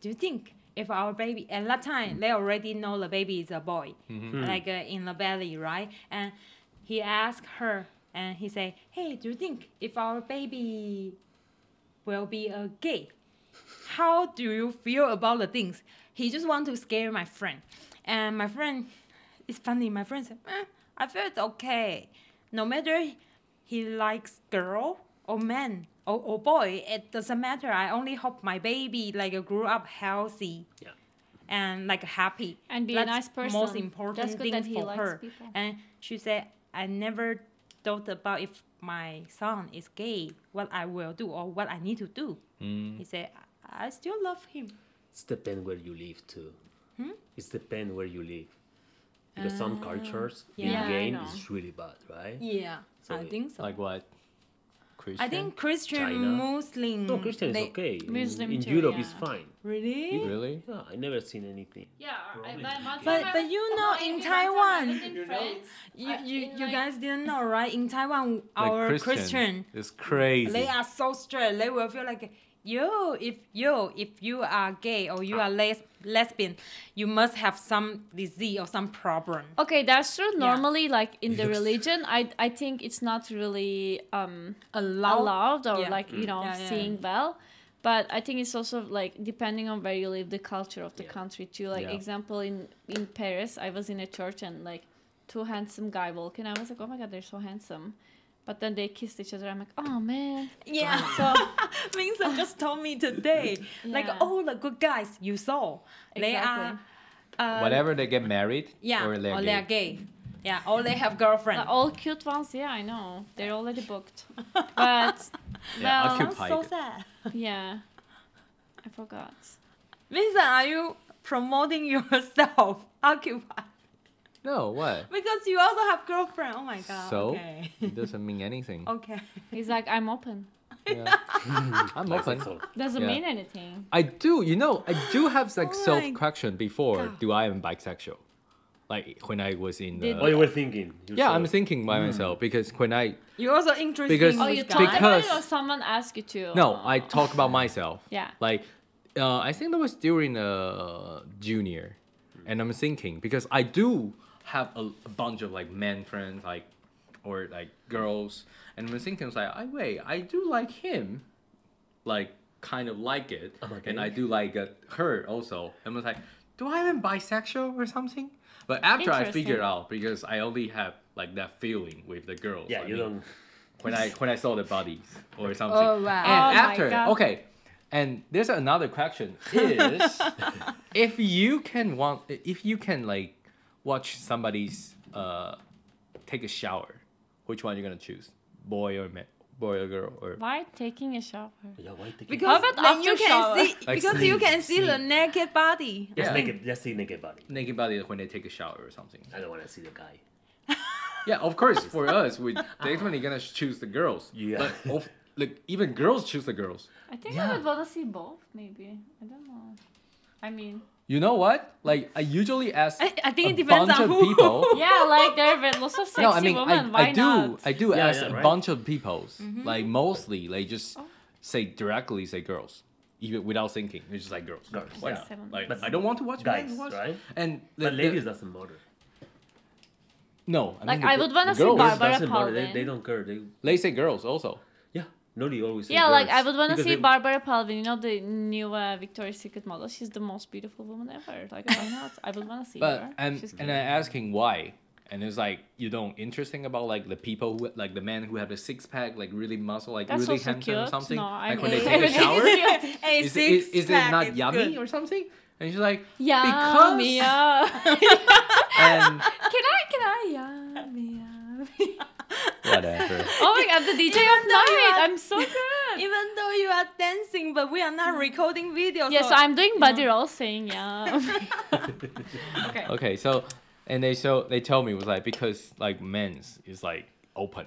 D: do you think if our baby at that time they already know the baby is a boy,
A: Hmm.
D: like uh, in the belly, right?" And he asked her, and he said, "Hey, do you think if our baby will be a gay?" how do you feel about the things? He just want to scare my friend. And my friend, it's funny, my friend said, eh, I feel it's okay. No matter he likes girl or man or, or boy, it doesn't matter. I only hope my baby like grew up healthy
E: Yeah.
D: and like happy.
A: And be a
D: That's
A: nice person.
D: most important
A: That's good
D: thing
A: that he
D: for
A: likes
D: her.
A: people.
D: And she said, I never thought about if my son is gay, what I will do or what I need to do. He said, I I still love him.
E: It's depend where you live too.
A: Hmm?
E: It's depend where you live. Because some cultures,
D: yeah, I
E: being gay
A: Ah, know. Mm,
E: is really bad, right?
D: Yeah,
E: So
D: I
E: it-
D: think so.
C: like what Christian?
D: I think Christian
E: China.
D: Muslim.
E: No, Christian is
D: they-
E: okay. In-
A: Muslim
E: in
A: too,
E: Europe,
A: yeah.
E: it's fine.
D: Really?
C: really
E: Yeah, I never seen anything.
A: Yeah, I,
E: Probably.
A: but, one
D: But-
A: time
D: but
A: I-
D: you
A: one
D: know,
A: time
D: in
A: I
D: Taiwan-
A: was in France,
D: You
A: I-
D: you,
A: in
D: you
A: like-
D: guys didn't know, right? In Taiwan,
C: like
D: our Christian,
C: it's crazy
D: they are so straight. They will feel like you if you if you are gay or you are les- lesbian, you must have some disease or some problem.
A: Okay, that's true. Normally, like in the religion, I I think it's not really um
D: Allowed.
A: allowed or
D: Yeah.
A: like
C: Mm.
A: you know
D: Yeah, yeah.
A: seeing well. But I think it's also like depending on where you live, the culture of the
E: Yeah.
A: country too. Like
C: Yeah.
A: example in in Paris, I was in a church and like two handsome guy walk, and I was like, oh my god, they're so handsome. But then they kissed each other. I'm like, oh man.
D: Yeah.
A: So
D: Mingsa just told me today, like
A: Yeah.
D: all the good guys you saw, they are
A: Exactly.
D: uh,
C: whenever they get married
D: Yeah,
C: or they're, gay.
D: Yeah, or they have girlfriend.
A: Like, all cute ones, yeah, I know. They're already booked. But
C: Yeah,
A: well,
C: occupied.
D: so sad.
A: yeah. I forgot.
D: Vincent, are you promoting yourself? Occupied.
C: no what
D: Because you also have girlfriend. Oh my god.
C: so
D: Okay.
C: it doesn't mean anything
D: okay.
A: He's like, I'm open.
C: yeah. I'm
E: I
C: open
E: think so.
A: Doesn't
C: Yeah.
A: mean anything.
C: I do, you know, I do have like
D: Oh my
C: self question before
D: God.
C: do I am bisexual? Like when I was in the
A: Did-
E: Oh, you were thinking. You
C: yeah,
E: saw-
C: I'm thinking
D: Mm.
C: by myself because when I
D: You also interesting
C: Because-
A: Oh,
D: with
A: you
D: guy.
A: talk about it or
C: Because-
A: someone asked you to?
C: no, I talk about myself.
A: Yeah.
C: Like, uh, I think that was during uh, junior, and I'm thinking because I do have a, a bunch of like men friends, like or like girls, and I'm thinking it's like I wait, I do like him, like kind of like it,
E: Oh
C: and I do like uh, her also. And I was like, do I am bisexual or something? But after I
A: Interesting.
C: figured out because I only have like that feeling with the girls.
E: Yeah,
C: I
E: you
C: mean,
E: don't.
C: when I when I saw the bodies or something.
D: Oh, wow.
A: Oh,
C: And
A: my
C: after
A: God.
C: okay, and there's another question is if you can want if you can like watch somebody's uh take a shower, which one you gonna choose, boy or man, boy or girl or
A: Why taking a shower?
E: Yeah, why take it?
D: Because
A: How about
D: then you
A: after
D: can
A: shower?
D: see
C: Like
D: because you
C: sneak,
D: can see the naked body.
E: Just
C: Yeah.
E: naked, just see naked body.
C: naked body when they take a shower or something?
E: I don't want to see the guy.
C: Yeah, of course for us we definitely gonna choose the girls.
E: Yeah.
C: But of, like even girls choose the girls.
A: I think
E: Yeah.
A: I would want to see both, maybe. I don't know. I mean,
C: You know what? Like I usually ask
D: I, I think
C: a
D: it depends
C: bunch
D: on
C: of
D: who.
C: people.
A: yeah, like there are lots of sexy
C: no, I mean,
A: women.
C: I,
A: Why
C: I do,
A: not? Mm-hmm.
C: I do
E: Yeah,
C: ask
E: yeah,
C: a
E: right.
C: bunch of people, like mostly, like just
A: Oh.
C: say directly, say girls, even without thinking. It's just like girls.
E: Girls,
C: Why
E: yeah.
C: not?
A: Seven.
C: Like,
E: But
C: I don't want to watch
E: guys,
C: men watch-
E: right?
C: And the,
E: But
C: the-
E: ladies doesn't matter.
C: no,
A: Like,
C: the
A: I
C: gir-
A: would wanna
C: the
A: see
C: girls.
A: Barbara
E: doesn't matter. They, they
A: Palin.
E: don't care. They
C: They say girls also.
E: yeah. No, they always. say
A: yeah, like I
E: girls.
A: would want to
E: Because
A: see
E: they-
A: Barbara Palvin, you know, the new uh, Victoria's Secret model. She's the most beautiful woman ever. Like, why not? I would want to see
C: But
A: her.
C: and
A: She's
C: and I asking why, and it's like you don't interesting about like the people who like the men who have the six pack, like really muscle, like
A: That's
C: really
A: also
C: handsome or
A: cute.
C: something.
A: No, I
C: like when they
A: mean-
C: take a
A: Everything
C: shower,
A: is-
D: a
C: is,
D: six
C: is, is it
D: pack
C: not
D: is
C: yummy
D: good.
C: or something? And she's like,
A: yeah,
C: because
A: yeah. can
C: and
A: I? Can I? Yeah, yeah.
C: whatever.
A: Oh my god, the DJ of
D: though you
A: Night!
D: are-
A: I'm so good.
D: Even though you are dancing, but we are not recording videos.
A: yeah, so I'm doing body roll saying yeah. okay.
C: Okay, so and they so they told me it was like because like men's is like open,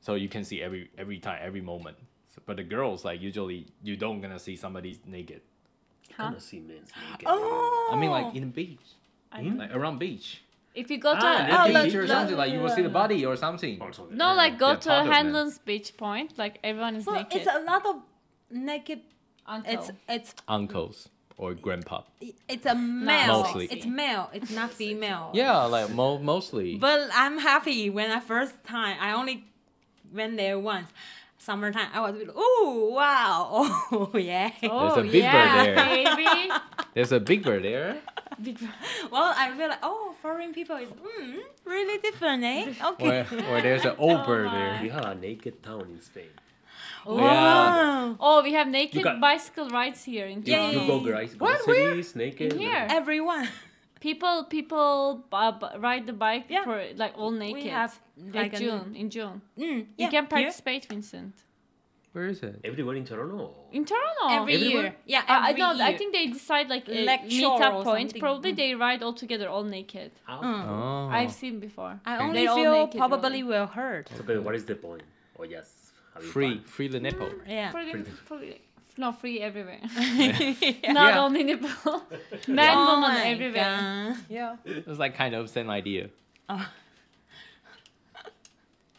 C: so you can see every every time every moment. So, but the girls like usually you don't gonna see somebody naked.
E: I wanna see men naked.
D: Oh.
C: I mean like in the beach, Hmm?
A: I-
C: like around beach.
A: If you go to
C: Ah,
D: oh,
C: the
D: like-
C: beach or
D: like-
C: something like you will see the
D: yeah.
C: body or something.
E: Also,
A: no, like go
C: Yeah,
A: to
C: part of men.
A: Hanlon's beach point, like everyone is
D: so
A: naked.
D: it's a lot of naked.
A: until-
D: It's it's
C: Uncles or grandpa.
D: it's a male.
C: Mostly.
D: It's male. It's not female.
C: Yeah, like mo- mostly.
D: But I'm happy when I first time I only went there once. Summertime, I was oh wow, oh yeah.
A: oh,
C: There's a Big Bird
A: yeah,
C: there.
A: baby.
C: There's a big bird there.
A: Big Bird.
D: Well, I realized oh foreign people is mm, really different, eh?
C: Or,
D: Okay.
C: or there's an old
A: Oh
C: bird
A: my.
C: there.
E: we have a naked town in Spain.
D: Wow.
A: Oh, we have naked
E: got-
A: bicycle rides here in
D: Yeah,
A: town.
E: You go guys, go
A: What? Where?
E: cities naked.
A: In here.
D: Everyone.
A: People people uh, b- ride the bike
D: Yeah.
A: for like all naked.
D: We have
A: like
D: a-
A: June in June.
D: Mm, yeah,
A: you can
D: here.
A: participate, Vincent.
C: Where is it?
E: Everywhere in Toronto.
A: In Toronto.
D: every year. Yeah,
A: Uh, I- I
D: every
A: know. I
D: year.
A: think they decide like a
D: Lecture
A: meetup
D: or
A: point.
D: something.
A: Probably they ride all together, all naked.
E: How?
D: Mm.
C: Oh.
A: I've seen before.
D: I
C: Okay.
D: only
A: They're all
D: feel
A: naked,
D: probably
A: really.
D: will hurt.
E: So, but what is the point? Oh, Or just having
C: free,
E: fun?
C: free the nipple.
D: Yeah.
A: Probably, probably, no, free everywhere.
D: yeah.
A: Not
C: Yeah.
A: only nipple, man,
D: Oh
A: woman,
D: my
A: everywhere.
D: God.
C: Yeah. It was like kind of same idea.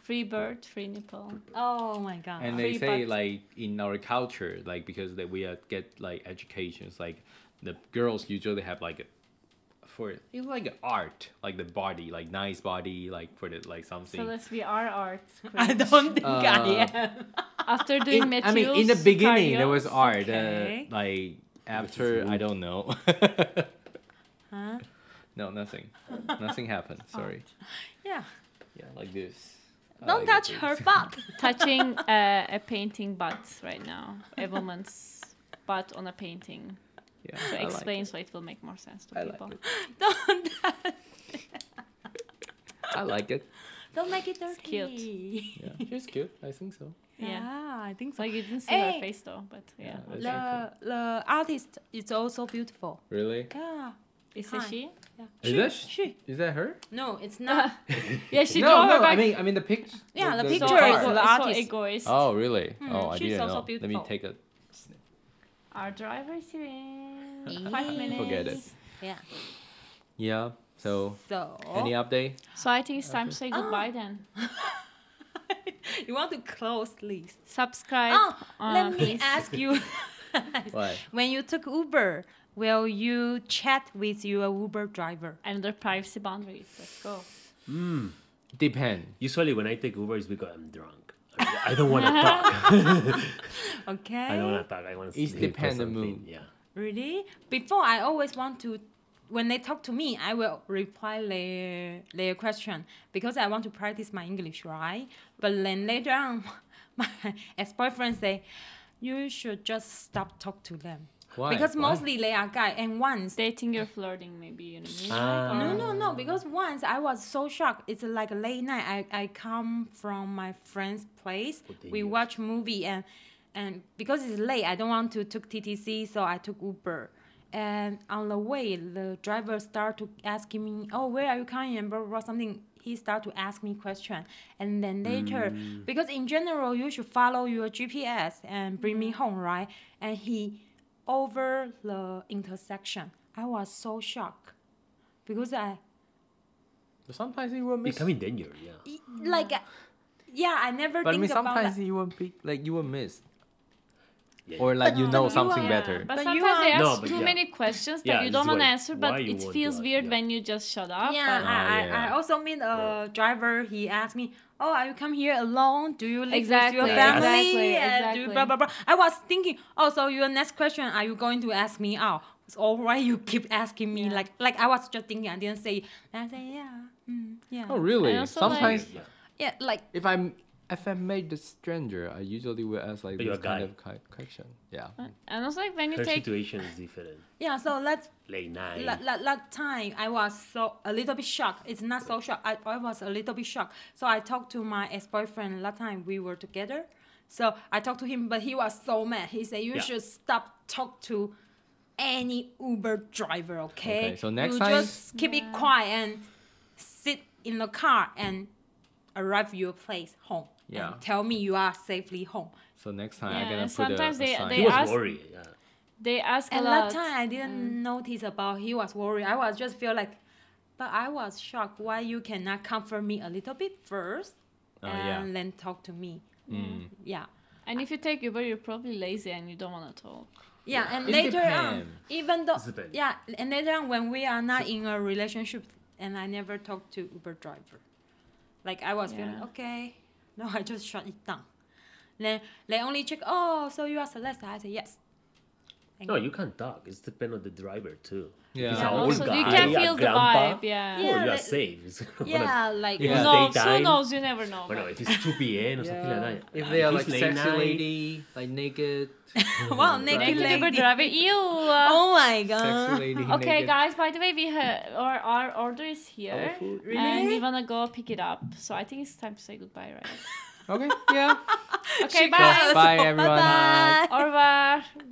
A: Free bird, free nipple.
D: Oh my god.
C: And they
A: Free
C: say
A: bucks.
C: like in our culture, like because that we uh, get like educations, like the girls usually have like a, for it's like an art, like the body, like nice body, like for the like something.
A: So let's be our art.
D: I
A: Chris.
D: don't think I
C: Uh,
D: am.
A: After doing
C: In-
A: Matthews,
C: I mean, in the beginning there
A: cardio-
C: was art.
D: okay.
C: Uh, like after, I
E: weird.
C: don't know.
D: Huh?
C: no, nothing. Nothing happened. Sorry.
D: Yeah.
C: Yeah, like this. I
D: Don't
C: like
D: touch
C: it.
D: her butt.
A: touching uh, a painting butt right now, a woman's butt on a painting.
C: Yeah,
A: So
C: I like
A: explain
C: it.
A: so it will make more sense to
C: I like
A: people.
C: it.
D: Don't touch.
C: I like it.
D: Don't make it dirty.
A: It's cute.
C: Yeah, she's cute. I think so.
D: Yeah.
A: Yeah.
D: I think
A: So
D: so.
A: you didn't see
D: Hey.
A: her face though, but yeah.
C: that's okay.
D: The the artist is also beautiful.
C: Really?
D: Yeah.
A: Is
D: Hi.
A: it she?
D: yeah.
C: Is
D: She-
C: that sh-
D: she?
C: Is that her?
D: No, it's not.
A: Yeah, she
C: no,
A: drove
C: no.
A: her back.
C: I mean, I mean the picture.
D: Yeah, the
A: so
D: picture is
A: ego-
D: the
A: so
D: artist.
A: egoist.
C: Oh, really? oh, I
D: she's
C: didn't
D: also
C: know. Let me
D: beautiful.
C: take a.
A: Our driver is here in five
D: Yeah.
A: minutes.
C: Forget it.
D: Yeah. Oh.
C: Yeah. So,
D: So
C: any update?
A: So I think it's time to say goodbye then.
D: you want to close list.
A: Subscribe.
D: Oh,
A: uh,
D: let me
A: please.
D: ask you.
C: What?
D: When you took Uber, will you chat with your Uber driver?
A: And their privacy boundaries. Let's go.
C: Depend.
E: Usually when I take Uber, it's because I'm drunk. I I don't want to talk.
D: Okay.
E: I don't want to talk. I want to
C: It's
E: sleep. or
C: depend the
E: something.
C: mood.
E: Yeah.
D: Really? Before I always want to when they talk to me, I will reply their their question because I want to practice my English, right? But then later on my ex boyfriend say you should just stop talk to them.
C: Why?
D: Because
C: Why?
D: mostly they are guy and once
A: Dating or flirting, maybe. You know,
E: Ah.
D: no, no, no. Because once I was so shocked. It's like a late night. I, I come from my friend's place.
E: Oh,
D: we
E: dear.
D: watch movie and and because it's late, I don't want to took TTC, so I took Uber. And on the way, the driver start to asking me, "Oh, where are you coming?" and blah blah, blah something. He start to ask me question, and then later,
C: Mm.
D: because in general you should follow your GPS and bring me home, right? And he over the intersection. I was so shocked because I
C: Sometimes you will miss.
E: Becoming danger. Yeah.
D: y- e, like I- yeah I never
C: But I
D: think
C: mean,
D: about
C: sometimes
D: that.
C: you will be like you will miss,
E: Yeah.
C: or like you know
D: you
C: something
D: are-
C: better.
A: But,
D: But you
A: sometimes they
E: are-
A: ask
E: No, but
A: too
E: yeah.
A: many questions that
E: Yeah,
A: you
E: this
A: don't
E: is
A: want to
E: why-
A: answer, but
E: why you
A: it
E: want to
A: feels
E: ask,
A: weird
E: yeah.
A: when you just shut up.
D: yeah,
A: but-
D: I, I,
C: yeah.
D: I also meet a driver. He asked me, "Oh, are you come here alone? Do you live with
A: Exactly,
D: your
A: exactly,
D: family? And do you
A: exactly.
D: blah blah blah." I was thinking, "Oh, so your next question, are you going to ask me Oh, out?" So, Or why you keep asking me
A: Yeah.
D: like like I was just thinking I didn't say. And I say yeah, mm, yeah,
C: Oh really?
A: I also
C: Sometimes
E: Yeah.
D: yeah. Like
C: if I'm if I made the stranger, I usually will ask like
E: But you're
C: this
E: a
C: kind
E: guy.
C: of ki- question. Yeah.
A: And also, like when you
E: Her
A: take
E: situation is different.
D: yeah. So let's
E: Late night.
D: La, la, that time I was so a little bit shocked. It's not so shocked. I, I was a little bit shocked. So I talked to my ex boyfriend. Last time we were together, so I talked to him, but he was so mad. He said, "You
E: Yeah.
D: should stop talk to any Uber driver, okay?
C: Okay, so next
D: you
C: time-
D: just keep it quiet and sit in the car and arrive your place home. and
C: Yeah.
D: tell me you are safely home.
C: So next time
A: Yeah,
C: I'm gonna
A: and
C: put
A: sometimes
C: a,
A: they-
C: a sign.
A: they
E: he was
A: asked-
E: worried. Yeah.
A: they ask a
D: And
A: lot. Mm.
D: that time I didn't notice about he was worried. I was just feel like, but I was shocked why you cannot comfort me a little bit first
C: Oh, yeah. Mm.
D: and then talk to me. Yeah.
A: And if you take Uber, you're probably lazy and you don't want to talk.
D: Yeah, and
C: It
D: later on,
C: depends.
D: even though
E: It depends.
D: yeah, and later on when we are not in a relationship, and I never talked to Uber driver, like I was feeling
A: Yeah.
D: okay. No, I just shut it down. Then they only check. Oh, so you are Celeste? I say yes. Thank
E: No, you can't talk. It's depend on the driver too.
C: Yeah.
E: If it's
C: Yeah,
E: an
A: And
C: old
A: also, you
E: guy,
A: can
E: a
A: feel the
E: grandpa,
A: vibe, yeah.
E: Oh, you
D: Yeah,
E: are
D: like-
E: safe. It's gonna-
D: Yeah, like
E: Yeah.
A: Who
E: It's
A: knows? Who
E: daytime.
A: knows? You never know.
E: But no,
A: but-
E: if it's 2 p.m. or something like that.
C: If they are like
E: it's late
C: sexy
E: night,
C: lady, like naked,
D: wow, naked
A: Naked Uber
D: lady.
A: driver. Ew. uh,
D: Oh my
C: sexy
D: god.
C: lady.
A: okay,
C: naked.
A: guys. By the way, we ha- our our order is here,
E: food.
A: and we
D: Really?
A: wanna go pick it up. So I think it's time to say goodbye, right?
C: Okay. Yeah.
A: Okay,
D: Bye.
A: bye.
C: Bye, everyone.
D: Bye-bye.
A: Over.